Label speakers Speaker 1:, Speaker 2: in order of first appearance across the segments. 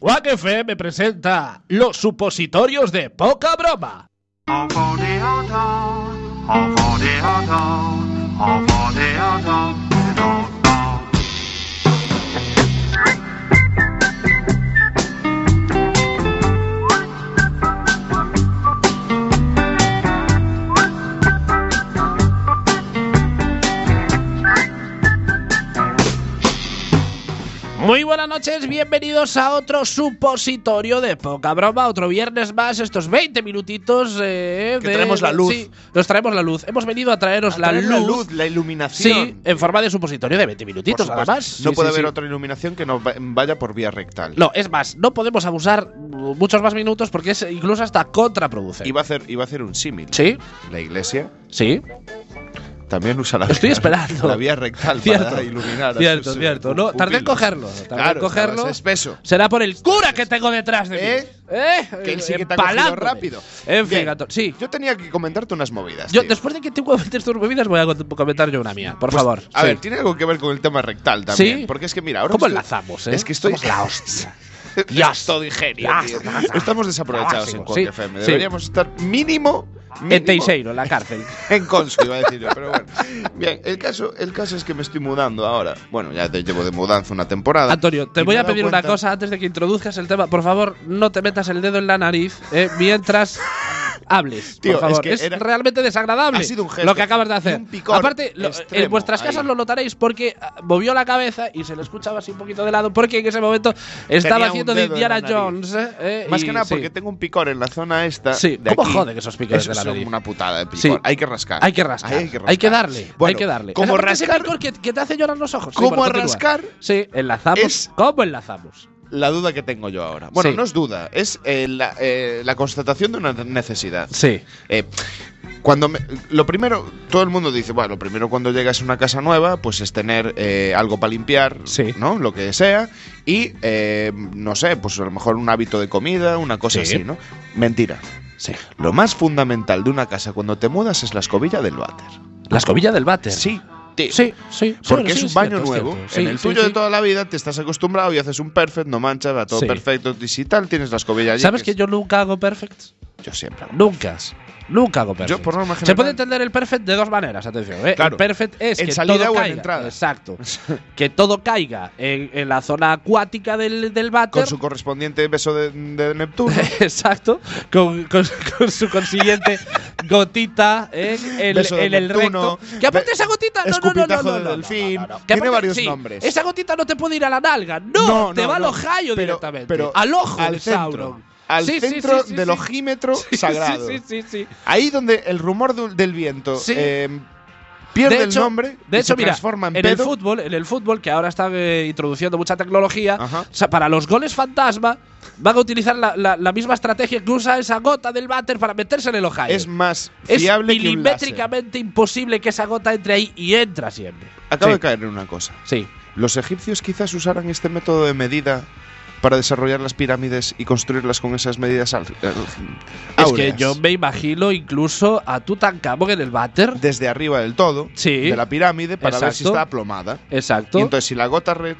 Speaker 1: Quack FM presenta Los supositorios de poca broma. Muy buenas noches, bienvenidos a otro supositorio de poca broma, otro viernes más, estos 20 minutitos eh,
Speaker 2: Que
Speaker 1: de-
Speaker 2: traemos la luz.
Speaker 1: Sí, nos traemos la luz. Hemos venido a traeros
Speaker 2: A
Speaker 1: la,
Speaker 2: traer
Speaker 1: luz,
Speaker 2: la luz, la
Speaker 1: Sí,
Speaker 2: iluminación.
Speaker 1: en forma de supositorio de 20
Speaker 2: Por
Speaker 1: minutitos nada
Speaker 2: supuesto.
Speaker 1: más.
Speaker 2: No
Speaker 1: Sí,
Speaker 2: puede
Speaker 1: sí,
Speaker 2: haber
Speaker 1: sí.
Speaker 2: otra iluminación que no va- vaya por vía rectal.
Speaker 1: No, es más, no podemos abusar mm, muchos más minutos porque es incluso hasta contraproducente.
Speaker 2: Iba a hacer, iba a hacer un símil.
Speaker 1: Sí,
Speaker 2: La iglesia
Speaker 1: sí.
Speaker 2: también usa la
Speaker 1: Estoy
Speaker 2: vía-
Speaker 1: esperando.
Speaker 2: la vía rectal
Speaker 1: Cierto.
Speaker 2: para iluminar. a
Speaker 1: Cierto,
Speaker 2: sus, eh,
Speaker 1: cierto. No,
Speaker 2: pupilos.
Speaker 1: tardé en cogerlo. Tardé
Speaker 2: Claro,
Speaker 1: en cogerlo.
Speaker 2: estabas espeso.
Speaker 1: Será por el cura que tengo detrás de mí.
Speaker 2: ¿Eh?
Speaker 1: ¿Eh?
Speaker 2: Que él sí que te ha
Speaker 1: Empalándome.
Speaker 2: cogido rápido.
Speaker 1: En fin,
Speaker 2: Bien.
Speaker 1: gato. Sí.
Speaker 2: Yo tenía que comentarte unas movidas.
Speaker 1: Yo,
Speaker 2: tío.
Speaker 1: después de que te cuentes tus bebidas, voy a cont- comentar yo una mía. Por
Speaker 2: Pues,
Speaker 1: favor.
Speaker 2: A
Speaker 1: Sí.
Speaker 2: ver, tiene algo que ver con el tema rectal también.
Speaker 1: ¿Sí?
Speaker 2: Porque es que, mira, ahora.
Speaker 1: ¿Cómo
Speaker 2: estoy-
Speaker 1: enlazamos, eh?
Speaker 2: Es que estoy.
Speaker 1: Somos la hostia.
Speaker 2: ya estoy genio. tío.
Speaker 1: Dios.
Speaker 2: Estamos desaprovechados en
Speaker 1: Básico,
Speaker 2: Quack
Speaker 1: sí.
Speaker 2: FM.
Speaker 1: Sí.
Speaker 2: Deberíamos estar mínimo.
Speaker 1: En
Speaker 2: mínimo
Speaker 1: Teixeiro, en la cárcel.
Speaker 2: En Consu, iba a decir yo, pero bueno. Bien, el caso, el caso es que me estoy mudando ahora. Bueno, ya te llevo de mudanza una temporada.
Speaker 1: Antonio, te
Speaker 2: Y
Speaker 1: voy
Speaker 2: me he
Speaker 1: a
Speaker 2: dado
Speaker 1: pedir una
Speaker 2: cuenta-
Speaker 1: cosa antes de que introduzcas el tema. Por favor, no te metas el dedo en la nariz eh, mientras hables.
Speaker 2: Tío,
Speaker 1: por
Speaker 2: es
Speaker 1: favor. Es,
Speaker 2: que era-
Speaker 1: realmente desagradable
Speaker 2: Ha sido un gesto
Speaker 1: lo que acabas de
Speaker 2: y
Speaker 1: hacer.
Speaker 2: un picor
Speaker 1: Aparte, lo-
Speaker 2: extremo
Speaker 1: en vuestras casas
Speaker 2: ahí.
Speaker 1: lo notaréis porque ah, movió la cabeza y se le escuchaba así un poquito de lado porque en ese momento estaba
Speaker 2: Tenía un
Speaker 1: haciendo de
Speaker 2: dedo en la
Speaker 1: Indiana
Speaker 2: nariz.
Speaker 1: Jones. eh, eh,
Speaker 2: Más
Speaker 1: y
Speaker 2: que nada
Speaker 1: sí.
Speaker 2: porque tengo un picor en la zona esta.
Speaker 1: Sí,
Speaker 2: de
Speaker 1: ¿cómo
Speaker 2: aquí.
Speaker 1: jode que esos picores
Speaker 2: Eso
Speaker 1: de la
Speaker 2: es
Speaker 1: nariz?
Speaker 2: una putada de picor.
Speaker 1: Sí.
Speaker 2: Hay que rascar.
Speaker 1: Hay que rascar. Hay que, darle. hay
Speaker 2: Bueno,
Speaker 1: que darle.
Speaker 2: Como
Speaker 1: Esa parte ese
Speaker 2: rascar,
Speaker 1: picor que, que te hace llorar los ojos. Sí,
Speaker 2: ¿Cómo
Speaker 1: bueno, continúa.
Speaker 2: rascar?
Speaker 1: Sí, enlazamos.
Speaker 2: Es-
Speaker 1: ¿Cómo enlazamos?
Speaker 2: la duda que tengo yo ahora. Bueno,
Speaker 1: Sí.
Speaker 2: no es duda, es eh, la, eh, la constatación de una necesidad.
Speaker 1: Sí.
Speaker 2: Eh, cuando me- lo primero, todo el mundo dice, bueno, lo primero cuando llegas a una casa nueva, pues es tener eh, algo para limpiar,
Speaker 1: Sí.
Speaker 2: ¿no? Lo que sea. Y, eh, no sé, pues a lo mejor un hábito de comida, una cosa
Speaker 1: Sí.
Speaker 2: así, ¿no? Mentira.
Speaker 1: Sí.
Speaker 2: Lo más fundamental de una casa cuando te mudas es la escobilla del váter.
Speaker 1: La escobilla del váter.
Speaker 2: Sí, tío.
Speaker 1: Sí, sí.
Speaker 2: Porque
Speaker 1: bueno,
Speaker 2: es
Speaker 1: sí,
Speaker 2: un baño
Speaker 1: cierto,
Speaker 2: nuevo.
Speaker 1: cierto.
Speaker 2: en
Speaker 1: Sí,
Speaker 2: el
Speaker 1: sí,
Speaker 2: tuyo
Speaker 1: sí.
Speaker 2: de toda la vida te estás acostumbrado y haces un perfect, no manchas, va todo
Speaker 1: Sí.
Speaker 2: perfecto. Y si tal, tienes la escobilla allí.
Speaker 1: ¿Sabes que yo nunca hago perfects?
Speaker 2: es- Yo siempre. hago.
Speaker 1: Nunca. Nunca hago perfect.
Speaker 2: por norma
Speaker 1: Se
Speaker 2: general-
Speaker 1: puede entender el perfect de dos maneras, atención. ¿eh?
Speaker 2: Claro.
Speaker 1: El perfect es
Speaker 2: En
Speaker 1: que
Speaker 2: salida
Speaker 1: todo
Speaker 2: o en
Speaker 1: caiga.
Speaker 2: entrada.
Speaker 1: Exacto. que todo caiga en, en la zona acuática del, del váter.
Speaker 2: Con su correspondiente beso de, de Neptuno.
Speaker 1: Exacto, con, con- con su consiguiente gotita eh, en,
Speaker 2: Beso de
Speaker 1: en el
Speaker 2: Neptuno,
Speaker 1: recto. Que aparte
Speaker 2: be-
Speaker 1: esa gotita no, no, no, no,
Speaker 2: escupitazo
Speaker 1: no,
Speaker 2: de
Speaker 1: no,
Speaker 2: delfín,
Speaker 1: no, no, no. Que
Speaker 2: tiene
Speaker 1: aparte-
Speaker 2: varios
Speaker 1: sí,
Speaker 2: nombres.
Speaker 1: Esa gotita no te puede ir a la nalga, no,
Speaker 2: No,
Speaker 1: te
Speaker 2: no,
Speaker 1: va
Speaker 2: no.
Speaker 1: al ojallo
Speaker 2: Pero-
Speaker 1: directamente,
Speaker 2: pero
Speaker 1: al ojo
Speaker 2: al
Speaker 1: de
Speaker 2: centro,
Speaker 1: Sauron.
Speaker 2: Al
Speaker 1: Sí, sí,
Speaker 2: centro
Speaker 1: sí, sí,
Speaker 2: del
Speaker 1: sí.
Speaker 2: ojímetro
Speaker 1: Sí, sí,
Speaker 2: sagrado.
Speaker 1: Sí, sí, sí.
Speaker 2: Ahí donde el rumor du- del viento
Speaker 1: Sí.
Speaker 2: eh, pierde
Speaker 1: De
Speaker 2: el
Speaker 1: hecho-
Speaker 2: nombre,
Speaker 1: De
Speaker 2: y
Speaker 1: hecho,
Speaker 2: se
Speaker 1: mira,
Speaker 2: transforma en,
Speaker 1: en el
Speaker 2: pedo.
Speaker 1: fútbol, en el fútbol que ahora está eh, introduciendo mucha tecnología,
Speaker 2: Ajá.
Speaker 1: o sea, para los goles fantasma van a utilizar la, la- la misma estrategia que usa esa gota del váter para meterse en el ojallo.
Speaker 2: Es más
Speaker 1: Es
Speaker 2: fiable que un láser.
Speaker 1: milimétricamente imposible que esa gota entre ahí y entra siempre.
Speaker 2: Acabo
Speaker 1: Sí.
Speaker 2: de caer en una cosa.
Speaker 1: Sí.
Speaker 2: Los egipcios quizás usaran este método de medida para desarrollar las pirámides y construirlas con esas medidas al- eh,
Speaker 1: Es
Speaker 2: áureas.
Speaker 1: que yo me imagino incluso a Tutankamón en el váter.
Speaker 2: desde arriba del todo
Speaker 1: Sí.
Speaker 2: de la pirámide para ver si
Speaker 1: Exacto.
Speaker 2: está aplomada.
Speaker 1: Exacto.
Speaker 2: Y entonces si la gota re-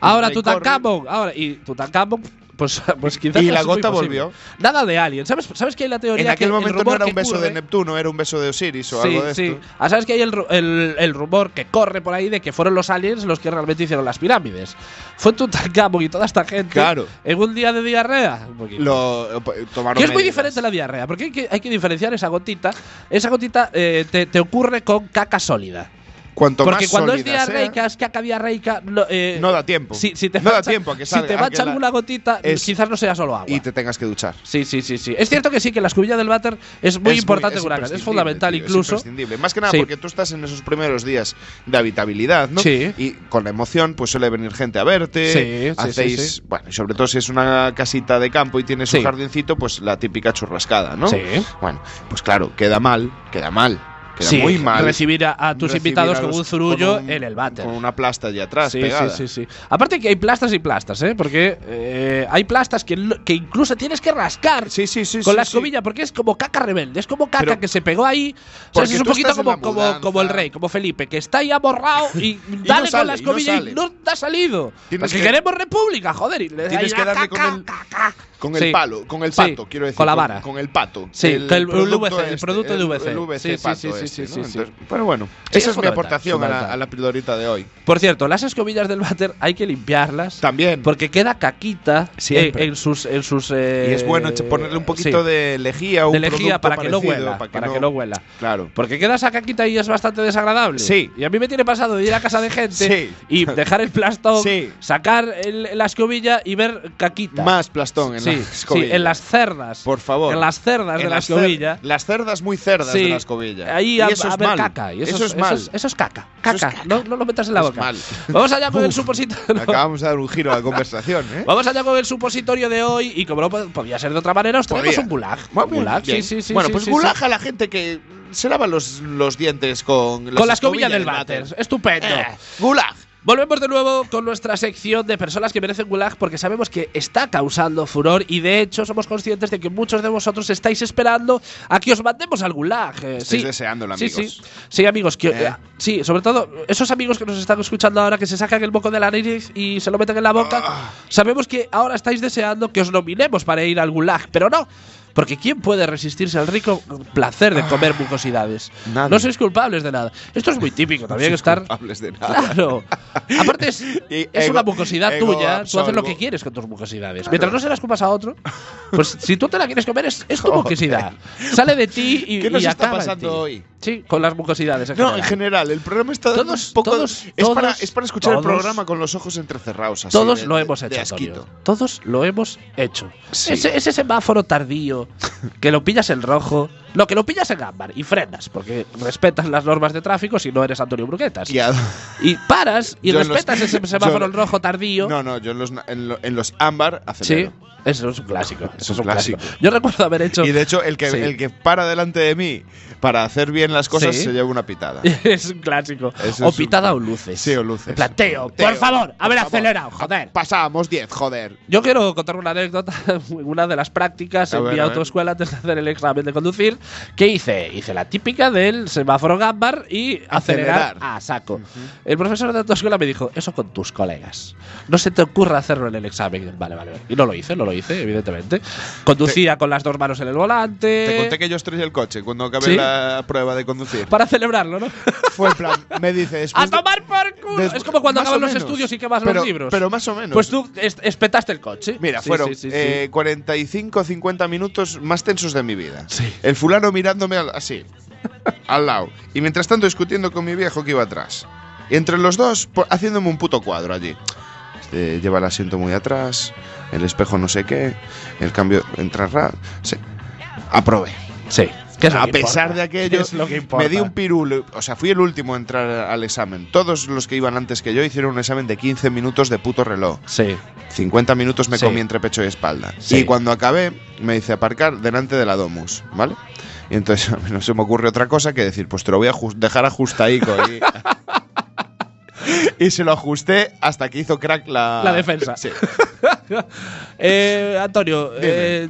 Speaker 1: ahora
Speaker 2: recorre-
Speaker 1: Tutankamón. Ahora, y Tutankamón. Pues, pues quizás
Speaker 2: Y
Speaker 1: no
Speaker 2: la
Speaker 1: es muy
Speaker 2: gota
Speaker 1: posible.
Speaker 2: volvió.
Speaker 1: Nada de Alien. ¿Sabes, ¿Sabes que hay la teoría
Speaker 2: En aquel
Speaker 1: que el
Speaker 2: momento no
Speaker 1: rumor
Speaker 2: era
Speaker 1: que
Speaker 2: un beso
Speaker 1: corre-
Speaker 2: de Neptuno, era un beso de Osiris o algo de
Speaker 1: sí, sí.
Speaker 2: esto.
Speaker 1: Ah, ¿Sabes que hay el, ru- el- el rumor que corre por ahí de que fueron los aliens los que realmente hicieron las pirámides? Fue Tutankamón y toda esta gente
Speaker 2: Claro.
Speaker 1: en un día de diarrea. Un poquito.
Speaker 2: Lo, eh, po- tomaron
Speaker 1: Que es muy
Speaker 2: medidas.
Speaker 1: diferente la diarrea, porque hay que, hay que diferenciar esa gotita. Esa gotita eh, te, te ocurre con caca sólida.
Speaker 2: Cuanto
Speaker 1: porque
Speaker 2: más
Speaker 1: cuando es
Speaker 2: sólida sea,
Speaker 1: diarreica, es caca diarreica. No, eh,
Speaker 2: no da tiempo.
Speaker 1: si, si te
Speaker 2: no da
Speaker 1: mancha-
Speaker 2: tiempo a que
Speaker 1: Si
Speaker 2: salga.
Speaker 1: te
Speaker 2: a
Speaker 1: mancha
Speaker 2: que la-
Speaker 1: alguna gotita,
Speaker 2: es-
Speaker 1: quizás no sea solo agua.
Speaker 2: y te tengas que duchar.
Speaker 1: Sí, sí, sí, sí. Es cierto que sí, que la escubilla del váter es muy
Speaker 2: Es
Speaker 1: importante
Speaker 2: es
Speaker 1: en una casa, Es
Speaker 2: imprescindible,
Speaker 1: fundamental
Speaker 2: tío, es
Speaker 1: incluso.
Speaker 2: imprescindible. Más que nada
Speaker 1: Sí.
Speaker 2: porque tú estás en esos primeros días de habitabilidad, ¿no?
Speaker 1: Sí.
Speaker 2: Y con la emoción, pues suele venir gente a verte.
Speaker 1: Sí, sí,
Speaker 2: hacéis,
Speaker 1: sí, sí.
Speaker 2: bueno, y sobre todo si es una casita de campo y tienes
Speaker 1: Sí.
Speaker 2: un jardincito, pues la típica churrascada, ¿no?
Speaker 1: Sí.
Speaker 2: Bueno, pues claro, queda mal, queda mal. Queda muy mal.
Speaker 1: recibir a, a tus
Speaker 2: recibir
Speaker 1: invitados
Speaker 2: a
Speaker 1: con
Speaker 2: los-
Speaker 1: un zurullo
Speaker 2: con un-
Speaker 1: en el váter.
Speaker 2: Con una plasta allí atrás
Speaker 1: Sí,
Speaker 2: pegada.
Speaker 1: sí, sí, sí. Aparte que hay plastas y plastas, ¿eh? Porque eh, hay plastas que, lo- que incluso tienes que rascar
Speaker 2: Sí, sí, sí,
Speaker 1: con
Speaker 2: sí,
Speaker 1: la
Speaker 2: sí.
Speaker 1: escobilla, porque es como caca rebelde, es como caca
Speaker 2: Pero-
Speaker 1: que se pegó ahí. O sea,
Speaker 2: Porque
Speaker 1: es un
Speaker 2: tú
Speaker 1: poquito
Speaker 2: estás en
Speaker 1: como,
Speaker 2: la
Speaker 1: como,
Speaker 2: mudanza.
Speaker 1: como el rey, como Felipe, que está ahí amorrado y dale
Speaker 2: sale,
Speaker 1: con la
Speaker 2: y no
Speaker 1: escobilla y no,
Speaker 2: sale.
Speaker 1: ha salido.
Speaker 2: Tienes
Speaker 1: Porque
Speaker 2: que-
Speaker 1: queremos república, joder. Y le-
Speaker 2: Tienes
Speaker 1: ahí
Speaker 2: que
Speaker 1: la
Speaker 2: darle con
Speaker 1: caca,
Speaker 2: el-
Speaker 1: caca.
Speaker 2: Con el
Speaker 1: Sí.
Speaker 2: palo, con el
Speaker 1: Sí,
Speaker 2: pato, quiero decir.
Speaker 1: Con la
Speaker 2: con-
Speaker 1: vara.
Speaker 2: Con, el pato.
Speaker 1: Sí, con el- el VC, el
Speaker 2: este,
Speaker 1: producto de VC.
Speaker 2: El VC
Speaker 1: Sí, sí,
Speaker 2: pato
Speaker 1: sí, sí,
Speaker 2: este,
Speaker 1: sí,
Speaker 2: ¿no?
Speaker 1: sí, sí.
Speaker 2: Entonces, Pero bueno,
Speaker 1: Sí, es
Speaker 2: esa es mi
Speaker 1: fundamental,
Speaker 2: aportación a la,
Speaker 1: fundamental.
Speaker 2: a la pildorita de hoy.
Speaker 1: Por cierto, las escobillas del váter hay que limpiarlas.
Speaker 2: También.
Speaker 1: Porque queda caquita en,
Speaker 2: Siempre.
Speaker 1: en sus. En sus
Speaker 2: y es bueno
Speaker 1: eh,
Speaker 2: che- ponerle un poquito
Speaker 1: sí,
Speaker 2: de lejía o
Speaker 1: de
Speaker 2: un
Speaker 1: lejía
Speaker 2: producto
Speaker 1: para que no
Speaker 2: parecido,
Speaker 1: huela. Para que, no, huela.
Speaker 2: Claro.
Speaker 1: Porque queda esa caquita y es bastante desagradable.
Speaker 2: Sí.
Speaker 1: Y a mí me tiene pasado de ir a casa de gente
Speaker 2: Sí.
Speaker 1: y dejar el plastón,
Speaker 2: Sí.
Speaker 1: sacar el- la escobilla y ver caquita.
Speaker 2: Más plastón en
Speaker 1: sí,
Speaker 2: la
Speaker 1: sí,
Speaker 2: escobilla.
Speaker 1: en las cerdas.
Speaker 2: Por favor.
Speaker 1: En las cerdas de
Speaker 2: En
Speaker 1: la
Speaker 2: las cer-
Speaker 1: escobilla.
Speaker 2: Las cerdas muy cerdas
Speaker 1: Sí,
Speaker 2: de la escobilla.
Speaker 1: Ahí
Speaker 2: Y
Speaker 1: a,
Speaker 2: eso
Speaker 1: a
Speaker 2: es
Speaker 1: ver
Speaker 2: mal.
Speaker 1: caca. y
Speaker 2: Eso es mal.
Speaker 1: Eso es, caca. Caca.
Speaker 2: caca.
Speaker 1: No, no lo metas en la
Speaker 2: Eso es
Speaker 1: boca.
Speaker 2: mal.
Speaker 1: Vamos allá con el supositorio.
Speaker 2: Acabamos de dar un giro a la conversación, ¿eh?
Speaker 1: Vamos allá con el supositorio de hoy y como no po- podía ser de otra manera, os traemos
Speaker 2: Podía.
Speaker 1: un gulag.
Speaker 2: Bueno,
Speaker 1: Un gulag,
Speaker 2: bien.
Speaker 1: sí, sí, sí.
Speaker 2: Bueno,
Speaker 1: sí,
Speaker 2: pues
Speaker 1: sí,
Speaker 2: gulag a la gente que se lava los, los dientes con,
Speaker 1: sí. Con la escobilla del váter. Estupendo.
Speaker 2: Eh, gulag.
Speaker 1: Volvemos de nuevo con nuestra sección de personas que merecen gulag porque sabemos que está causando furor y de hecho somos conscientes de que muchos de vosotros estáis esperando a que os mandemos al gulag. Eh,
Speaker 2: Estáis
Speaker 1: sí.
Speaker 2: deseándola,
Speaker 1: Sí,
Speaker 2: amigos.
Speaker 1: sí. Sí, amigos. Que,
Speaker 2: Eh.
Speaker 1: sí, sobre todo esos amigos que nos están escuchando ahora que se sacan el moco de la nariz y se lo meten en la boca.
Speaker 2: Ah.
Speaker 1: Sabemos que ahora estáis deseando que os nominemos para ir al gulag, pero no. Porque ¿quién puede resistirse al rico placer de comer mucosidades?
Speaker 2: Ah. Nadie.
Speaker 1: No sois culpables de nada. Esto es muy típico, también
Speaker 2: sois
Speaker 1: estar...
Speaker 2: culpables de nada.
Speaker 1: Claro. Aparte es,
Speaker 2: Y
Speaker 1: es una
Speaker 2: ego-
Speaker 1: mucosidad
Speaker 2: ego
Speaker 1: tuya, tú haces lo
Speaker 2: absolvo.
Speaker 1: que quieres con tus mucosidades.
Speaker 2: Claro.
Speaker 1: Mientras no se las comas a otro, pues si tú te la quieres comer es, es tu
Speaker 2: Joder.
Speaker 1: mucosidad. Sale de ti y,
Speaker 2: ¿Qué nos
Speaker 1: y
Speaker 2: está
Speaker 1: acaba en
Speaker 2: pasando
Speaker 1: ti.
Speaker 2: hoy?
Speaker 1: Sí, con las mucosidades. en
Speaker 2: No,
Speaker 1: general.
Speaker 2: en general, el programa está dando
Speaker 1: Todos-
Speaker 2: un poco.
Speaker 1: todos-
Speaker 2: es,
Speaker 1: todos-
Speaker 2: para, es para escuchar
Speaker 1: todos-
Speaker 2: el programa con los ojos entrecerrados. así,
Speaker 1: Todos
Speaker 2: de-
Speaker 1: lo
Speaker 2: de-
Speaker 1: hemos
Speaker 2: de
Speaker 1: hecho,
Speaker 2: asquito.
Speaker 1: Antonio. Todos lo hemos hecho.
Speaker 2: Sí.
Speaker 1: Ese, ese semáforo tardío que lo pillas en rojo, no, que lo pillas en ámbar y frenas, porque respetas las normas de tráfico si no eres Antonio Bruquetas.
Speaker 2: Y a-
Speaker 1: Y paras y
Speaker 2: Yo en los-
Speaker 1: respetas ese semáforo
Speaker 2: yo-
Speaker 1: en rojo tardío.
Speaker 2: No, no, yo en los, na- en lo- en los ámbar
Speaker 1: sí,
Speaker 2: acelero.
Speaker 1: eso es un clásico. Eso, es
Speaker 2: es
Speaker 1: un clásico.
Speaker 2: clásico.
Speaker 1: Yo recuerdo haber hecho.
Speaker 2: Y de hecho, el que,
Speaker 1: Sí.
Speaker 2: el que para delante de mí para hacer bien las cosas
Speaker 1: Sí.
Speaker 2: se lleva una pitada.
Speaker 1: es un clásico.
Speaker 2: Eso
Speaker 1: o
Speaker 2: es un-
Speaker 1: pitada o luces.
Speaker 2: Sí, o luces.
Speaker 1: En plan, Teo,
Speaker 2: Teo,
Speaker 1: por favor,
Speaker 2: por
Speaker 1: haber
Speaker 2: favor.
Speaker 1: acelerado, joder.
Speaker 2: Pasábamos 10, joder.
Speaker 1: Yo quiero contar una anécdota en una de las prácticas
Speaker 2: A
Speaker 1: en
Speaker 2: ver,
Speaker 1: mi
Speaker 2: a ver.
Speaker 1: autoescuela antes de hacer el examen de conducir. ¿Qué hice? Hice la típica del semáforo gambar y acelerar,
Speaker 2: Acelerar.
Speaker 1: a saco. El profesor de autoescuela me dijo, eso con tus colegas. No se te ocurra hacerlo en el examen. Vale, vale, vale. Y no lo hice, no lo hice, evidentemente. Conducía con las dos manos en el volante.
Speaker 2: Te conté que yo estrellé el coche cuando acabé
Speaker 1: Eh, ¿Sí?
Speaker 2: la prueba de conducir.
Speaker 1: Para celebrarlo, ¿no?
Speaker 2: Fue en plan, me dice después
Speaker 1: ¡A
Speaker 2: de-
Speaker 1: tomar por culo!
Speaker 2: des-
Speaker 1: Es como cuando
Speaker 2: más o
Speaker 1: acaban los
Speaker 2: menos.
Speaker 1: estudios y quemas
Speaker 2: Pero-
Speaker 1: los libros.
Speaker 2: Pero más o menos.
Speaker 1: pues tú es- espetaste el coche.
Speaker 2: Mira,
Speaker 1: Sí,
Speaker 2: fueron
Speaker 1: sí, sí, sí.
Speaker 2: eh, 45 50 minutos más tensos de mi vida.
Speaker 1: Sí.
Speaker 2: El fulano mirándome al- así, al lado. Y mientras tanto discutiendo con mi viejo que iba atrás. Y entre los dos, po- haciéndome un puto cuadro allí. Este lleva el asiento muy atrás, el espejo no sé qué, el cambio entrará. Sí. Aprobé.
Speaker 1: Sí. que es lo
Speaker 2: A
Speaker 1: que
Speaker 2: pesar
Speaker 1: importa.
Speaker 2: de aquello,
Speaker 1: Es lo que importa.
Speaker 2: me di un pirul. O sea, fui el último a entrar al examen. Todos los que iban antes que yo hicieron un examen de 15 minutos de puto reloj.
Speaker 1: Sí.
Speaker 2: 50 minutos me
Speaker 1: Sí.
Speaker 2: comí entre pecho y espalda.
Speaker 1: Sí.
Speaker 2: Y cuando acabé, me dice aparcar delante de la Domus, ¿vale? Y entonces a mí no se me ocurre otra cosa que decir, pues te lo voy a ajus- dejar ajustadico. Y, y se lo ajusté hasta que hizo crack la,
Speaker 1: La defensa.
Speaker 2: Sí.
Speaker 1: Eh, Antonio,
Speaker 2: Dime.
Speaker 1: eh,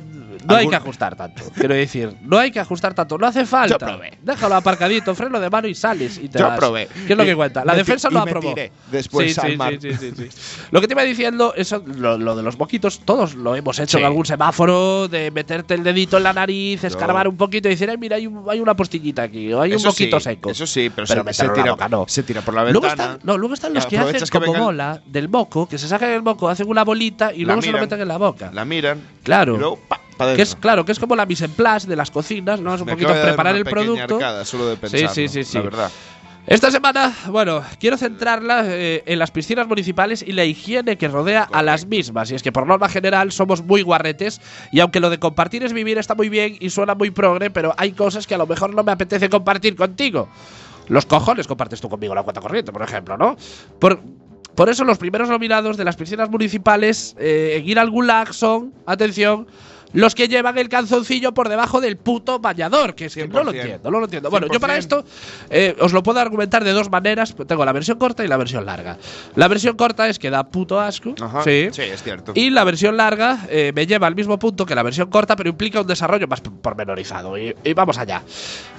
Speaker 1: no hay
Speaker 2: ¿Algún-
Speaker 1: que ajustar tanto. Quiero decir, no hay que ajustar tanto. No hace falta.
Speaker 2: Yo probé.
Speaker 1: Déjalo aparcadito, freno de mano y sales. Y te
Speaker 2: Yo
Speaker 1: vas.
Speaker 2: probé.
Speaker 1: ¿Qué es lo que
Speaker 2: Y-
Speaker 1: cuenta? La
Speaker 2: me ti-
Speaker 1: defensa
Speaker 2: y
Speaker 1: lo
Speaker 2: me
Speaker 1: aprobó.
Speaker 2: tiré después
Speaker 1: Sí,
Speaker 2: al
Speaker 1: sí,
Speaker 2: mar.
Speaker 1: sí, sí, sí, sí. Lo que te iba diciendo, eso, lo, lo de los moquitos, todos lo hemos hecho
Speaker 2: Sí.
Speaker 1: en algún semáforo, de meterte el dedito en la nariz, escarbar un poquito y decir, ay, mira, hay, un- hay una postillita aquí, o hay un
Speaker 2: Eso
Speaker 1: moquito
Speaker 2: sí,
Speaker 1: seco.
Speaker 2: Eso sí, pero, se- se,
Speaker 1: meterlo en la
Speaker 2: tira,
Speaker 1: boca, no.
Speaker 2: se tira por la
Speaker 1: Luego
Speaker 2: ventana.
Speaker 1: están, no, luego están los que hacen
Speaker 2: Aprovechas que
Speaker 1: como
Speaker 2: venga el-
Speaker 1: bola del moco, que se sacan el moco, hacen una bolita y
Speaker 2: La
Speaker 1: luego se lo
Speaker 2: miran.
Speaker 1: meten en la boca.
Speaker 2: La miran.
Speaker 1: Claro.
Speaker 2: Y luego, pa, pa
Speaker 1: Que es,
Speaker 2: dentro.
Speaker 1: claro, que es como la mise en place de las cocinas, ¿no? Es un
Speaker 2: Me
Speaker 1: poquito
Speaker 2: acaba de dar
Speaker 1: preparar
Speaker 2: una
Speaker 1: el
Speaker 2: pequeña
Speaker 1: producto.
Speaker 2: arcada solo de
Speaker 1: Sí, sí,
Speaker 2: pensarlo,
Speaker 1: sí, sí.
Speaker 2: La verdad.
Speaker 1: Esta semana, bueno, quiero centrarla eh, en las piscinas municipales y la higiene que rodea a las mismas. Y es que por norma general somos muy guarretes y aunque lo de compartir es vivir está muy bien y suena muy progre, pero hay cosas que a lo mejor no me apetece compartir contigo. Los cojones compartes tú conmigo la cuenta corriente, por ejemplo, ¿no? Por, por eso los primeros nominados de las piscinas municipales eh, en ir a algún lag son, atención, los que llevan el calzoncillo por debajo del puto bañador, que es que no lo
Speaker 2: 100%.
Speaker 1: entiendo, no lo entiendo. Bueno, yo para
Speaker 2: 100%.
Speaker 1: esto eh, os lo puedo argumentar de dos maneras. pues Tengo la versión corta y la versión larga. La versión corta es que da puto asco.
Speaker 2: Ajá.
Speaker 1: Sí.
Speaker 2: sí, es cierto.
Speaker 1: Y la versión larga eh, me lleva al mismo punto que la versión corta, pero implica un desarrollo más p- pormenorizado. Y, y vamos allá.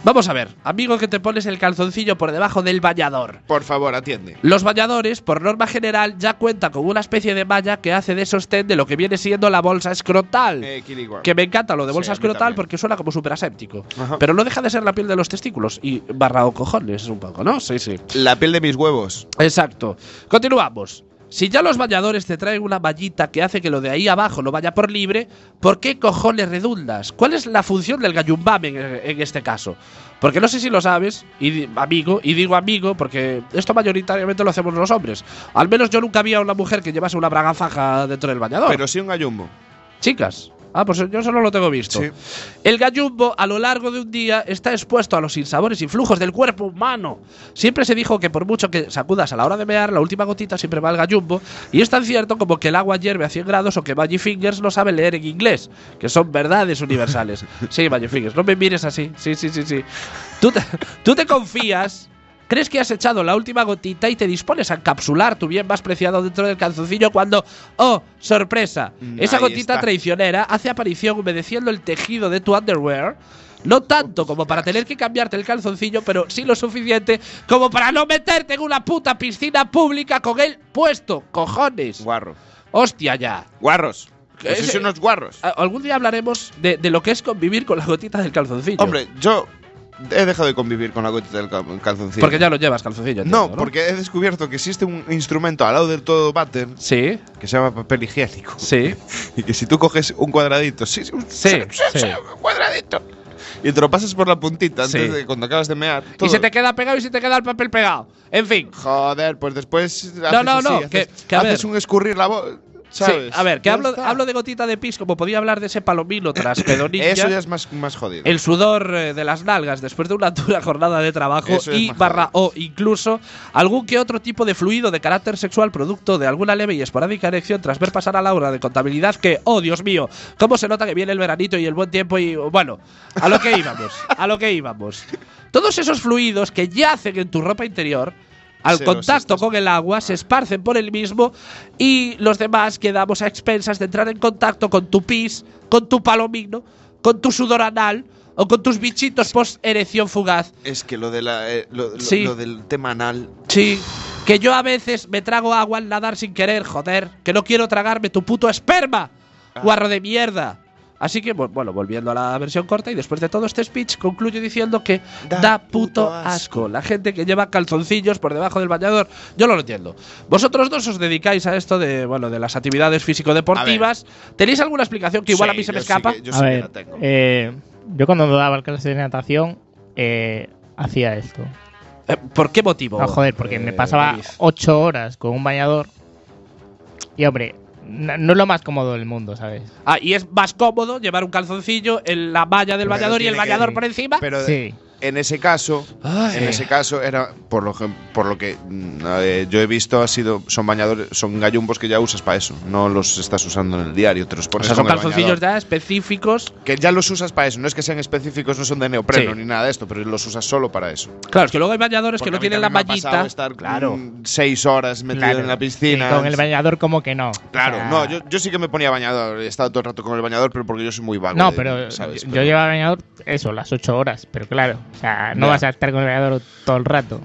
Speaker 1: Vamos a ver, amigo que te pones el calzoncillo por debajo del bañador.
Speaker 2: Por favor, atiende.
Speaker 1: Los bañadores, por norma general, ya cuentan con una especie de malla que hace de sostén de lo que viene siendo la bolsa escrotal.
Speaker 2: Eh, Kili Guam.
Speaker 1: Que me encanta lo de
Speaker 2: Sí,
Speaker 1: bolsa
Speaker 2: a mí
Speaker 1: escrotal
Speaker 2: también.
Speaker 1: porque suena como súper aséptico.
Speaker 2: Ajá.
Speaker 1: Pero no deja de ser la piel de los testículos y barra o cojones un poco, ¿no? Sí, sí.
Speaker 2: La piel de mis huevos.
Speaker 1: Exacto. Continuamos. Si ya los bañadores te traen una mallita que hace que lo de ahí abajo no vaya por libre, ¿por qué cojones redundas? ¿Cuál es la función del gallumbame en, en este caso? Porque no sé si lo sabes, y di- amigo, y digo amigo, porque esto mayoritariamente lo hacemos los hombres. Al menos yo nunca vi a una mujer que llevase una braga faja dentro del bañador.
Speaker 2: Pero sí un gallumbo.
Speaker 1: Chicas. Ah, pues yo solo lo tengo visto.
Speaker 2: Sí.
Speaker 1: El gallumbo a lo largo de un día está expuesto a los sinsabores y flujos del cuerpo humano. Siempre se dijo que por mucho que sacudas a la hora de mear, la última gotita siempre va al gallumbo. Y es tan cierto como que el agua hierve a 100 grados o que Magic Fingers no sabe leer en inglés, que son verdades universales. sí, Magic Fingers, no me mires así. Sí, sí, sí, sí. Tú te, tú te confías. ¿Crees que has echado la última gotita y te dispones a encapsular tu bien más preciado dentro del calzoncillo cuando, oh, sorpresa, esa
Speaker 2: Mm, Ahí
Speaker 1: gotita
Speaker 2: está.
Speaker 1: traicionera hace aparición humedeciendo el tejido de tu underwear? No tanto como para
Speaker 2: Ostras.
Speaker 1: tener que cambiarte el calzoncillo, pero sí lo suficiente como para no meterte en una puta piscina pública con él puesto, cojones.
Speaker 2: Guarro.
Speaker 1: Hostia ya.
Speaker 2: Guarros.
Speaker 1: ¿Qué
Speaker 2: Eso
Speaker 1: es?
Speaker 2: son unos guarros.
Speaker 1: A- Algún día hablaremos de, de lo que es convivir con las gotitas del calzoncillo.
Speaker 2: Hombre, yo he dejado de convivir con la gotita del cal- calzoncillo.
Speaker 1: Porque ya lo llevas calzoncillo.
Speaker 2: no,
Speaker 1: entiendo,
Speaker 2: porque he descubierto que existe un instrumento al lado del todo váter
Speaker 1: Sí,
Speaker 2: que se llama papel higiénico.
Speaker 1: sí.
Speaker 2: Y que si tú coges un cuadradito, sí, sí, un-
Speaker 1: Sí, sí.
Speaker 2: un cuadradito, y te lo pasas por la puntita antes
Speaker 1: Sí.
Speaker 2: de cuando acabas de mear.
Speaker 1: Y
Speaker 2: todo-
Speaker 1: se te queda pegado y se te queda el papel pegado. En fin.
Speaker 2: Joder, pues después. No,
Speaker 1: no, no, que- que a
Speaker 2: haces
Speaker 1: ver.
Speaker 2: un escurrir la voz.
Speaker 1: Sí,
Speaker 2: ¿Sabes?
Speaker 1: a ver, que
Speaker 2: Ya
Speaker 1: hablo,
Speaker 2: está.
Speaker 1: hablo de gotita de pis, como podía hablar de ese palomino tras pedonilla.
Speaker 2: Eso ya es más, más jodido.
Speaker 1: el sudor eh, de las nalgas después de una dura jornada de trabajo
Speaker 2: Eso es
Speaker 1: y
Speaker 2: majada.
Speaker 1: barra o incluso algún que otro tipo de fluido de carácter sexual producto de alguna leve y esporádica erección tras ver pasar a Laura de contabilidad que, oh Dios mío, cómo se nota que viene el veranito y el buen tiempo y bueno, a lo que íbamos, a lo que íbamos. Todos esos fluidos que yacen en tu ropa interior al
Speaker 2: Se los
Speaker 1: contacto
Speaker 2: estás-
Speaker 1: con el agua se esparcen por el mismo y los demás quedamos a expensas de entrar en contacto con tu pis, con tu palomino, con tu sudor anal o con tus bichitos post erección fugaz.
Speaker 2: Es que lo, de la, eh, lo, lo-
Speaker 1: Sí.
Speaker 2: lo del tema anal.
Speaker 1: Sí, que yo a veces me trago agua al nadar sin querer, joder, que no quiero tragarme tu puto esperma,
Speaker 2: Ah.
Speaker 1: guarro de mierda. Así que, bu- bueno, volviendo a la versión corta y después de todo este speech, concluyo diciendo que da,
Speaker 2: Da
Speaker 1: puto,
Speaker 2: puto
Speaker 1: asco.
Speaker 2: asco.
Speaker 1: La gente que lleva calzoncillos por debajo del bañador, yo no lo entiendo. Vosotros dos os dedicáis a esto de, bueno, de las actividades físico-deportivas. ¿Tenéis alguna explicación que igual
Speaker 2: Sí,
Speaker 1: a mí se
Speaker 2: yo
Speaker 1: me
Speaker 2: sí
Speaker 1: escapa?
Speaker 2: que- yo
Speaker 3: a
Speaker 2: sí que
Speaker 3: ver,
Speaker 2: la tengo.
Speaker 3: eh, yo cuando daba clases de natación eh, hacía esto.
Speaker 1: Eh, ¿Por qué motivo?
Speaker 3: No, joder, porque me
Speaker 1: eh,
Speaker 3: pasaba
Speaker 1: David?
Speaker 3: ocho horas con un bañador. Y hombre, na- no es lo más cómodo del mundo, ¿sabes?
Speaker 1: Ah, y es más cómodo llevar un calzoncillo en la malla del
Speaker 2: Pero
Speaker 1: bañador y el
Speaker 2: tiene que-
Speaker 1: bañador por encima.
Speaker 2: Pero
Speaker 3: Sí.
Speaker 2: en ese caso,
Speaker 1: Ay. Pues
Speaker 2: en ese caso era por lo que, por lo que mm, eh, yo he visto ha sido son bañadores, son gallumbos que ya usas para eso, no los estás usando en el diario, te los
Speaker 1: O
Speaker 2: pones
Speaker 1: sea, son
Speaker 2: con el
Speaker 1: calzoncillos
Speaker 2: bañador.
Speaker 1: ya específicos.
Speaker 2: que ya los usas para eso, no es que sean específicos, no son de neopreno
Speaker 1: Sí.
Speaker 2: ni nada de esto, pero los usas solo para eso.
Speaker 1: Claro, es que luego hay bañadores
Speaker 2: Porque
Speaker 1: que
Speaker 2: a
Speaker 1: no
Speaker 2: mí
Speaker 1: tienen la
Speaker 2: también me ha
Speaker 1: mallita.
Speaker 2: pasado estar
Speaker 1: claro.
Speaker 2: mm, seis horas metido
Speaker 3: Claro.
Speaker 2: en la piscina.
Speaker 3: Y con el Ah. bañador como que no. O
Speaker 2: Claro,
Speaker 3: sea,
Speaker 2: no, yo, yo sí que me ponía bañador, he estado todo el rato con el bañador, pero porque yo soy muy vago.
Speaker 3: No,
Speaker 2: de-
Speaker 3: pero eh,
Speaker 2: ¿sabes?
Speaker 3: yo, yo
Speaker 2: Pero-
Speaker 3: llevaba bañador eso, las ocho horas. Pero claro, o sea, no
Speaker 2: Ya.
Speaker 3: vas a estar con el bañador todo el rato.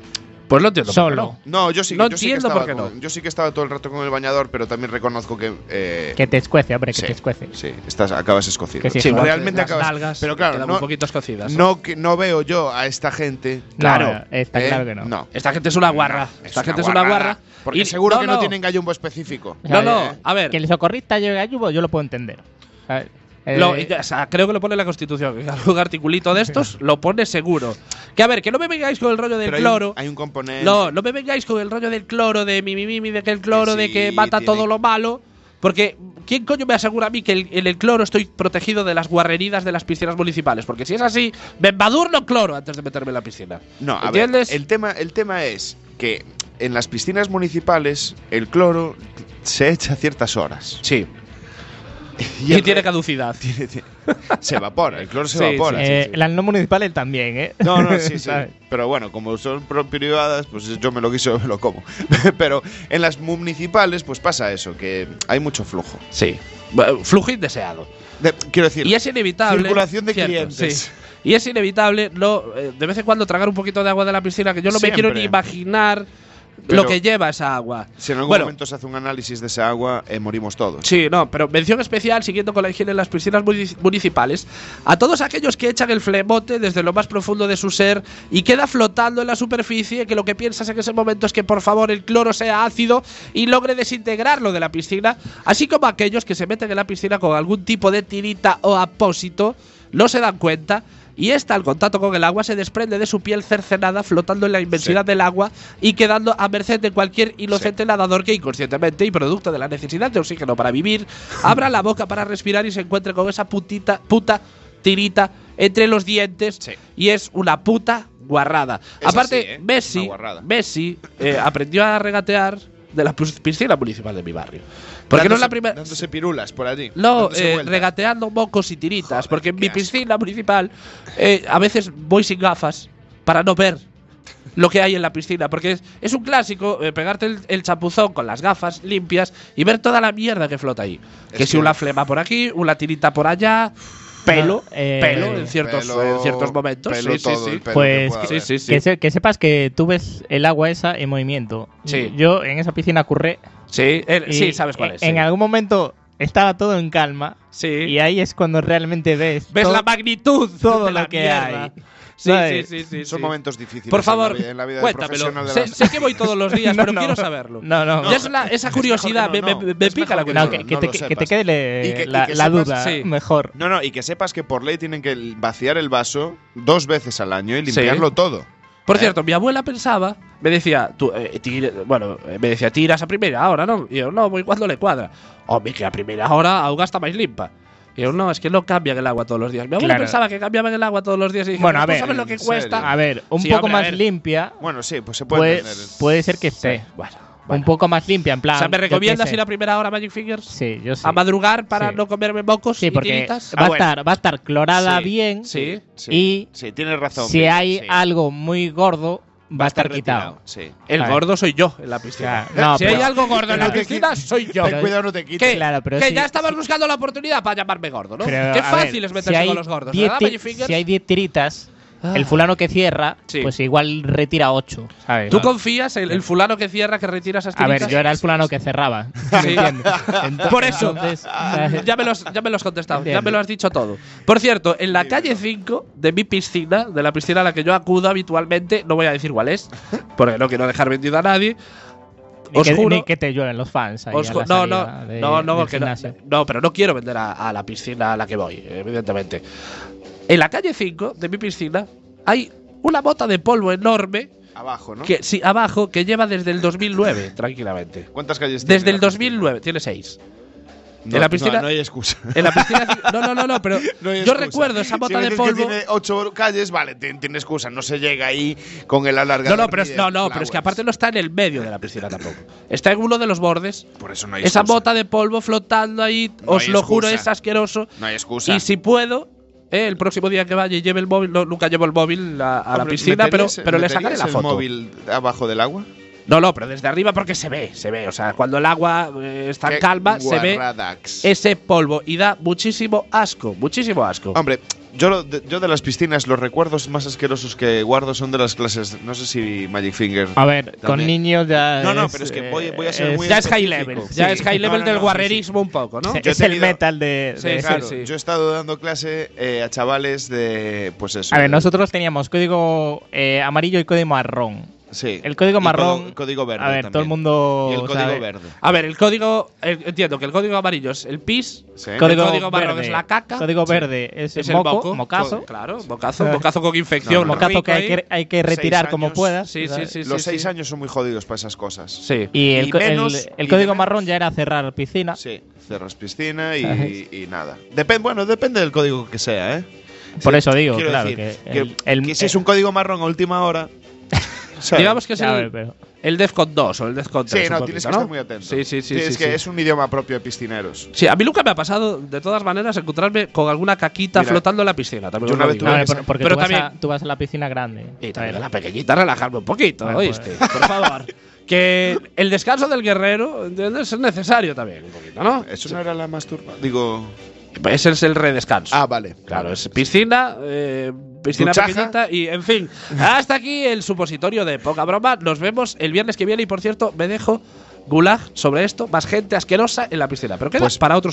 Speaker 1: Pues lo entiendo.
Speaker 3: Solo.
Speaker 1: ¿por qué
Speaker 2: No, yo sí,
Speaker 1: No
Speaker 2: yo sí que
Speaker 1: entiendo
Speaker 2: estaba
Speaker 1: por qué no.
Speaker 2: con- Yo sí que estaba todo el rato con el bañador, pero también reconozco que. eh,
Speaker 3: Que te escuece, hombre, que
Speaker 2: Sí.
Speaker 3: te escuece.
Speaker 2: Sí, estás, acabas escocido.
Speaker 3: Que sí,
Speaker 1: Sí,
Speaker 3: joder,
Speaker 2: realmente
Speaker 1: las
Speaker 2: acabas.
Speaker 1: nalgas
Speaker 2: pero claro,
Speaker 1: quedan
Speaker 2: no,
Speaker 1: un poquito escocidas.
Speaker 2: no, que, no veo yo a esta gente.
Speaker 1: Claro.
Speaker 3: No, está
Speaker 2: ¿eh?
Speaker 3: claro que no.
Speaker 1: Esta gente es una guarra.
Speaker 2: No,
Speaker 1: Esta gente es una
Speaker 2: guarrada,
Speaker 1: guarra.
Speaker 2: Porque
Speaker 1: Y-
Speaker 2: seguro que no, tienen gallumbo específico.
Speaker 3: O sea,
Speaker 1: No, no,
Speaker 3: eh,
Speaker 1: a ver.
Speaker 3: Que el socorrista llegue a Yubo, yo lo puedo entender. ¿sabes? Eh,
Speaker 1: lo- ya- o sea, creo que lo pone en la Constitución. que Algún articulito de estos lo pone seguro. Que a ver, que no me vengáis con el rollo del
Speaker 2: Pero hay un-
Speaker 1: cloro.
Speaker 2: Hay un, componente.
Speaker 1: No, no me vengáis con el rollo del cloro, de mi, mi, mi, mi, de que el cloro,
Speaker 2: Sí,
Speaker 1: de que mata
Speaker 2: tiene-
Speaker 1: todo lo malo. Porque, ¿quién coño me asegura a mí que el- en el cloro estoy protegido de las guarreridas de las piscinas municipales? Porque si es así, me embadurno cloro antes de meterme en la piscina.
Speaker 2: No, a
Speaker 1: ¿Entiendes?
Speaker 2: ver. El tema, el tema es que en las piscinas municipales el cloro se echa a ciertas horas.
Speaker 1: Sí. Y,
Speaker 2: el-
Speaker 1: tiene caducidad.
Speaker 2: tiene- tiene- se evapora, el cloro se
Speaker 1: Sí,
Speaker 2: evapora.
Speaker 1: Ah, sí,
Speaker 3: Eh, Las no municipales también, ¿eh?
Speaker 2: No, no, sí, sí.
Speaker 3: ¿Sabes?
Speaker 2: Pero bueno, como son pro- privadas, pues yo me lo quiso, me lo como. Pero en las municipales, pues pasa eso, que hay mucho flujo.
Speaker 1: Sí. Bueno, Flujo indeseado.
Speaker 2: De- quiero decir,
Speaker 1: Y es inevitable.
Speaker 2: Circulación de clientes.
Speaker 1: Y es inevitable no, eh, de vez en cuando tragar un poquito de agua de la piscina, que yo no me quiero ni
Speaker 2: Siempre.
Speaker 1: imaginar
Speaker 2: Pero-
Speaker 1: lo que lleva esa agua.
Speaker 2: si en algún
Speaker 1: Bueno.
Speaker 2: momento se hace un análisis de esa agua, eh, morimos todos.
Speaker 1: Sí, no, pero mención especial, siguiendo con la higiene en las piscinas muni- municipales, a todos aquellos que echan el flemote desde lo más profundo de su ser y queda flotando en la superficie, que lo que piensas en ese momento es que por favor el cloro sea ácido y logre desintegrarlo de la piscina, así como aquellos que se meten en la piscina con algún tipo de tirita o apósito, no se dan cuenta. Y esta, al contacto con el agua, se desprende de su piel cercenada, flotando en la inmensidad del agua y quedando a merced de cualquier inocente nadador que inconscientemente y producto de la necesidad de oxígeno para vivir, abra la boca para respirar y se encuentre con esa putita, puta tirita entre los dientes
Speaker 2: Sí.
Speaker 1: y es una puta guarrada.
Speaker 2: Es
Speaker 1: Aparte,
Speaker 2: así, ¿eh? Una
Speaker 1: Messi,
Speaker 2: guarrada.
Speaker 1: Messi eh, aprendió a regatear de la pus- piscina municipal de mi barrio. Porque no es la primera.
Speaker 2: Dándose pirulas por allí.
Speaker 1: No,
Speaker 2: dándose
Speaker 1: eh,
Speaker 2: vueltas.
Speaker 1: regateando mocos y tiritas.
Speaker 2: Joder,
Speaker 1: porque en
Speaker 2: qué
Speaker 1: mi
Speaker 2: asco.
Speaker 1: piscina municipal eh, a veces voy sin gafas para no ver lo que hay en la piscina. Porque es, es un clásico eh, pegarte el, el chapuzón con las gafas limpias y ver toda la mierda que flota ahí.
Speaker 2: Es
Speaker 1: que si
Speaker 2: que-
Speaker 1: una flema por aquí, una tirita por allá, pelo,
Speaker 3: eh,
Speaker 1: pelo en ciertos,
Speaker 2: Pelo-
Speaker 1: en ciertos momentos.
Speaker 2: pelo
Speaker 1: sí, sí,
Speaker 2: todo,
Speaker 1: sí.
Speaker 2: el pelo
Speaker 3: Pues-
Speaker 2: que pueda
Speaker 1: Sí,
Speaker 2: haber.
Speaker 1: sí, sí.
Speaker 3: Que, se- que sepas que tú ves el agua esa en movimiento.
Speaker 1: Sí.
Speaker 3: Yo en esa piscina curré.
Speaker 1: Sí, el-
Speaker 3: y
Speaker 1: sí, sabes cuál
Speaker 3: en-
Speaker 1: es.
Speaker 3: En
Speaker 1: sí.
Speaker 3: algún momento estaba todo en calma.
Speaker 1: Sí.
Speaker 3: Y ahí es cuando realmente ves.
Speaker 1: ¿Ves
Speaker 3: todo-
Speaker 1: la magnitud
Speaker 3: todo
Speaker 1: de la
Speaker 3: lo que
Speaker 1: mierda?
Speaker 3: hay.
Speaker 1: Sí,
Speaker 3: ¿Sabes?
Speaker 1: sí, sí, sí,
Speaker 2: Son
Speaker 1: sí.
Speaker 2: momentos difíciles.
Speaker 1: Por
Speaker 2: En
Speaker 1: favor,
Speaker 2: la, vi- en la vida del
Speaker 1: cuéntamelo.
Speaker 2: profesional de
Speaker 1: Sé,
Speaker 2: las-
Speaker 1: sé que voy todos los días,
Speaker 3: No,
Speaker 1: pero
Speaker 3: no.
Speaker 1: quiero saberlo.
Speaker 3: No, no.
Speaker 1: Ya es la- esa curiosidad,
Speaker 2: mejor que no,
Speaker 1: me,
Speaker 2: no.
Speaker 1: me- me
Speaker 2: Es
Speaker 1: pica
Speaker 2: mejor
Speaker 1: la
Speaker 2: que
Speaker 3: No,
Speaker 1: curiosidad.
Speaker 3: que,
Speaker 2: no
Speaker 3: que te,
Speaker 2: lo
Speaker 3: que te
Speaker 2: sepas.
Speaker 3: quede le-
Speaker 2: Y que- y
Speaker 3: la,
Speaker 2: que
Speaker 3: la
Speaker 2: sepas-
Speaker 3: duda
Speaker 1: sí.
Speaker 3: mejor.
Speaker 2: No, no, y que sepas que por ley tienen que vaciar el vaso dos veces al año y limpiarlo todo.
Speaker 1: Por
Speaker 2: ¿Eh?
Speaker 1: cierto, mi abuela pensaba, me decía, tú, eh, tira- bueno, eh, me decía, tiras a primera hora, ¿no? Y yo, no, voy cuando le cuadra. Hombre, que a primera hora a auga está más limpa. Y yo, no, es que no cambian el agua todos los días. Mi abuela
Speaker 3: Claro.
Speaker 1: pensaba que cambiaban el agua todos los días y dije,
Speaker 3: Bueno,
Speaker 1: "Pero
Speaker 3: a
Speaker 1: ¿tú
Speaker 3: ver,
Speaker 1: sabes lo
Speaker 2: ¿en
Speaker 1: que
Speaker 2: serio?
Speaker 1: cuesta?
Speaker 2: Ah,
Speaker 3: A ver, un
Speaker 1: Sí,
Speaker 3: poco
Speaker 1: hombre, a
Speaker 3: más
Speaker 1: ver.
Speaker 3: limpia.
Speaker 2: Bueno, sí, pues se puede
Speaker 3: Puede,
Speaker 2: entender.
Speaker 3: puede ser que esté.
Speaker 1: Bueno,
Speaker 3: Un
Speaker 1: bueno.
Speaker 3: poco más limpia, en plan.
Speaker 1: o sea, ¿me
Speaker 3: yo qué
Speaker 1: recomiendas
Speaker 3: sé.
Speaker 1: ir a primera hora Magic Fingers?
Speaker 3: Sí, yo sí.
Speaker 1: A madrugar para
Speaker 3: Sí.
Speaker 1: no comerme mocos
Speaker 3: Sí,
Speaker 1: y
Speaker 3: porque va a,
Speaker 1: tiritas.
Speaker 2: Ah, bueno.
Speaker 3: estar, va a estar clorada
Speaker 2: Sí,
Speaker 3: bien.
Speaker 1: Sí.
Speaker 3: Y
Speaker 2: sí, tienes razón.
Speaker 3: Si
Speaker 2: Bill,
Speaker 3: hay
Speaker 2: sí.
Speaker 3: algo muy gordo, va a estar
Speaker 2: Retirado,
Speaker 3: quitado.
Speaker 2: Sí.
Speaker 1: El
Speaker 3: Ah,
Speaker 1: gordo soy yo en la piscina.
Speaker 3: Ya, no,
Speaker 1: si
Speaker 3: pero-
Speaker 1: hay algo gordo en la
Speaker 3: pero-
Speaker 1: piscina, soy yo.
Speaker 2: Ten cuidado, no te quites.
Speaker 1: que
Speaker 3: Claro, pero
Speaker 1: que
Speaker 3: si-
Speaker 1: ya estabas buscando la oportunidad para llamarme gordo, ¿no?
Speaker 3: Pero,
Speaker 1: Qué
Speaker 3: a ver,
Speaker 1: fácil es meterse
Speaker 3: hay
Speaker 1: con los gordos,
Speaker 3: diez
Speaker 1: ¿verdad,
Speaker 3: ti-
Speaker 1: Magic Fingers?
Speaker 3: Si hay 10 tiritas,
Speaker 1: Ah.
Speaker 3: el fulano que cierra,
Speaker 1: Sí.
Speaker 3: pues igual retira 8.
Speaker 1: ¿Tú confías en el fulano que cierra, que retira esas
Speaker 3: A ver,
Speaker 1: tiritas?
Speaker 3: yo era el fulano que cerraba. ¿me entiendes? Ento-
Speaker 1: Por eso. Ah.
Speaker 3: entonces, ¿sabes?
Speaker 1: ya, me los, ya me lo has contestado, ya
Speaker 3: Entiendo.
Speaker 1: me lo has dicho todo. Por cierto, en la calle 5 de mi piscina, de la piscina a la que yo acudo habitualmente, no voy a decir cuál es, porque no quiero dejar vendido a nadie.
Speaker 3: ni,
Speaker 1: os
Speaker 3: que,
Speaker 1: juro-
Speaker 3: ni que te llueven los fans. ahí
Speaker 1: Os
Speaker 3: a
Speaker 1: ju-
Speaker 3: la
Speaker 1: no,
Speaker 3: salida
Speaker 1: no,
Speaker 3: de-
Speaker 1: no, no,
Speaker 3: del
Speaker 1: que no,
Speaker 3: gimnasio.
Speaker 1: no, pero no quiero vender a, a la piscina a la que voy, evidentemente. En la calle 5 de mi piscina hay una bota de polvo enorme
Speaker 2: Abajo, ¿no?
Speaker 1: que sí, abajo que lleva desde el 2009, tranquilamente.
Speaker 2: ¿Cuántas calles tiene
Speaker 1: Desde el
Speaker 2: la piscina?
Speaker 1: 2009, tiene seis.
Speaker 2: No,
Speaker 1: en la
Speaker 2: no,
Speaker 1: piscina-
Speaker 2: No, hay excusa.
Speaker 1: En la piscina no, no, no, no, pero
Speaker 2: No hay
Speaker 1: yo
Speaker 2: excusa.
Speaker 1: recuerdo esa bota
Speaker 2: si
Speaker 1: de
Speaker 2: dices
Speaker 1: polvo.
Speaker 2: Que tiene ocho calles, vale, ti- tiene excusa. No se llega ahí con el
Speaker 1: No,
Speaker 2: alargador.
Speaker 1: no, pero
Speaker 2: ni
Speaker 1: es,
Speaker 2: de
Speaker 1: no, no, pero es
Speaker 2: flowers.
Speaker 1: que aparte no está en el medio de la piscina tampoco. Está en uno de los bordes.
Speaker 2: Por eso no hay
Speaker 1: Esa
Speaker 2: excusa.
Speaker 1: bota de polvo flotando ahí,
Speaker 2: No
Speaker 1: os
Speaker 2: hay
Speaker 1: lo juro,
Speaker 2: excusa.
Speaker 1: es asqueroso.
Speaker 2: No hay excusa.
Speaker 1: y si puedo, eh, el próximo día que vaya y lleve el móvil, no, nunca llevo el móvil a, a la
Speaker 2: Hombre,
Speaker 1: piscina, pero,
Speaker 2: ¿meterías-
Speaker 1: pero le sacaré
Speaker 2: meterías
Speaker 1: la
Speaker 2: el
Speaker 1: foto.
Speaker 2: móvil abajo del agua?
Speaker 1: No, no, pero desde arriba porque se ve, se ve. O sea, cuando el agua eh, está
Speaker 2: Qué
Speaker 1: calma, se ve
Speaker 2: guarradax.
Speaker 1: ese polvo y da muchísimo asco, muchísimo asco.
Speaker 2: Hombre, yo, lo- de, yo de las piscinas, los recuerdos más asquerosos que guardo son de las clases. No sé si Magic Finger.
Speaker 1: Ah,
Speaker 3: A ver, con
Speaker 2: También.
Speaker 3: niños ya.
Speaker 2: No, no, pero es que voy- voy
Speaker 1: eh,
Speaker 2: a ser muy-
Speaker 1: ya es high
Speaker 2: específico.
Speaker 1: level, ya
Speaker 2: Sí.
Speaker 1: es high
Speaker 2: No,
Speaker 1: level
Speaker 2: no,
Speaker 1: del
Speaker 2: no, sí,
Speaker 1: guarrerismo un poco, ¿no?
Speaker 2: Yo
Speaker 3: Es
Speaker 2: he
Speaker 3: el
Speaker 2: tenido-
Speaker 3: metal de.
Speaker 1: Sí,
Speaker 3: de-
Speaker 2: claro,
Speaker 1: sí, sí.
Speaker 2: yo he estado dando clase eh, a chavales de. Pues eso.
Speaker 3: A ver,
Speaker 2: de-
Speaker 3: nosotros teníamos código eh, amarillo y código marrón.
Speaker 2: Sí.
Speaker 3: El código
Speaker 2: Y
Speaker 3: marrón-
Speaker 2: codo- código verde.
Speaker 3: a ver,
Speaker 2: también.
Speaker 3: todo el mundo.
Speaker 2: Y el código
Speaker 3: sabe.
Speaker 2: verde.
Speaker 1: A ver, el código, el- entiendo que el código amarillo es el pis,
Speaker 2: Sí.
Speaker 3: Código,
Speaker 1: El código marrón
Speaker 3: verde.
Speaker 1: es la caca.
Speaker 3: Código
Speaker 1: Sí.
Speaker 3: verde es,
Speaker 1: es el
Speaker 3: el moco,
Speaker 1: moco,
Speaker 3: mocazo.
Speaker 1: co- claro, mocazo,
Speaker 3: Claro.
Speaker 1: mocazo con infección,
Speaker 2: No, no, no.
Speaker 3: mocazo
Speaker 1: rico
Speaker 3: que hay,
Speaker 1: ahí.
Speaker 3: que hay que
Speaker 2: Seis
Speaker 3: retirar como
Speaker 2: años.
Speaker 3: puedas.
Speaker 1: Sí, sí,
Speaker 3: ¿sabes?
Speaker 1: sí,
Speaker 2: Los
Speaker 1: sí,
Speaker 2: seis
Speaker 1: sí.
Speaker 2: años son muy jodidos para esas cosas.
Speaker 1: Sí.
Speaker 3: Y el,
Speaker 2: Y
Speaker 3: co- el-
Speaker 2: menos-
Speaker 3: el
Speaker 2: y
Speaker 3: código
Speaker 2: menos-
Speaker 3: marrón ya era cerrar piscina.
Speaker 2: Sí, cerras piscina y, y nada. Depen- bueno, depende del código que sea, ¿eh?
Speaker 3: Por
Speaker 2: Sí,
Speaker 3: eso digo,
Speaker 2: quiero
Speaker 3: claro.
Speaker 2: decir
Speaker 1: eh
Speaker 3: que el- el-
Speaker 2: que si es un código marrón a última hora, ¿sabes?
Speaker 1: Digamos que es
Speaker 3: Ya,
Speaker 1: el,
Speaker 3: hombre, pero-
Speaker 1: el Defcon 2 o el Defcon 3.
Speaker 2: Sí, no,
Speaker 1: un
Speaker 2: tienes
Speaker 1: poquito,
Speaker 2: que
Speaker 1: ¿no?
Speaker 2: estar muy atento.
Speaker 1: Sí, sí, sí.
Speaker 2: Tienes
Speaker 1: sí,
Speaker 2: que,
Speaker 1: sí.
Speaker 2: Es un idioma propio de piscineros.
Speaker 1: Sí, a mí nunca me ha pasado, de todas maneras, encontrarme con alguna caquita
Speaker 2: Mira,
Speaker 1: flotando en la piscina. También
Speaker 2: yo
Speaker 1: os
Speaker 2: una
Speaker 1: lo
Speaker 2: vez
Speaker 1: digo.
Speaker 2: tuve
Speaker 3: Hombre,
Speaker 2: que
Speaker 3: por-
Speaker 2: ser-
Speaker 3: porque
Speaker 1: Pero
Speaker 3: tú, vas a-
Speaker 1: también-
Speaker 3: tú vas a la piscina grande.
Speaker 1: Y
Speaker 3: A ver,
Speaker 1: también la pequeñita, relajarme un poquito,
Speaker 3: Bueno, pues.
Speaker 1: ¿oíste? Por favor. que el descanso del guerrero ¿entiendes? es necesario también, un poquito, ¿no?
Speaker 2: Eso no era la masturba. Digo.
Speaker 1: Ese es el redescanso.
Speaker 2: Ah, vale.
Speaker 1: Claro, es piscina, eh, piscina
Speaker 2: Duchaja.
Speaker 1: pequeñita y, en fin, hasta aquí el supositorio de poca broma. Nos vemos el viernes que viene y, por cierto, me dejo gulag sobre esto, más gente asquerosa en la piscina. Pero queda
Speaker 2: Pues-
Speaker 1: para otro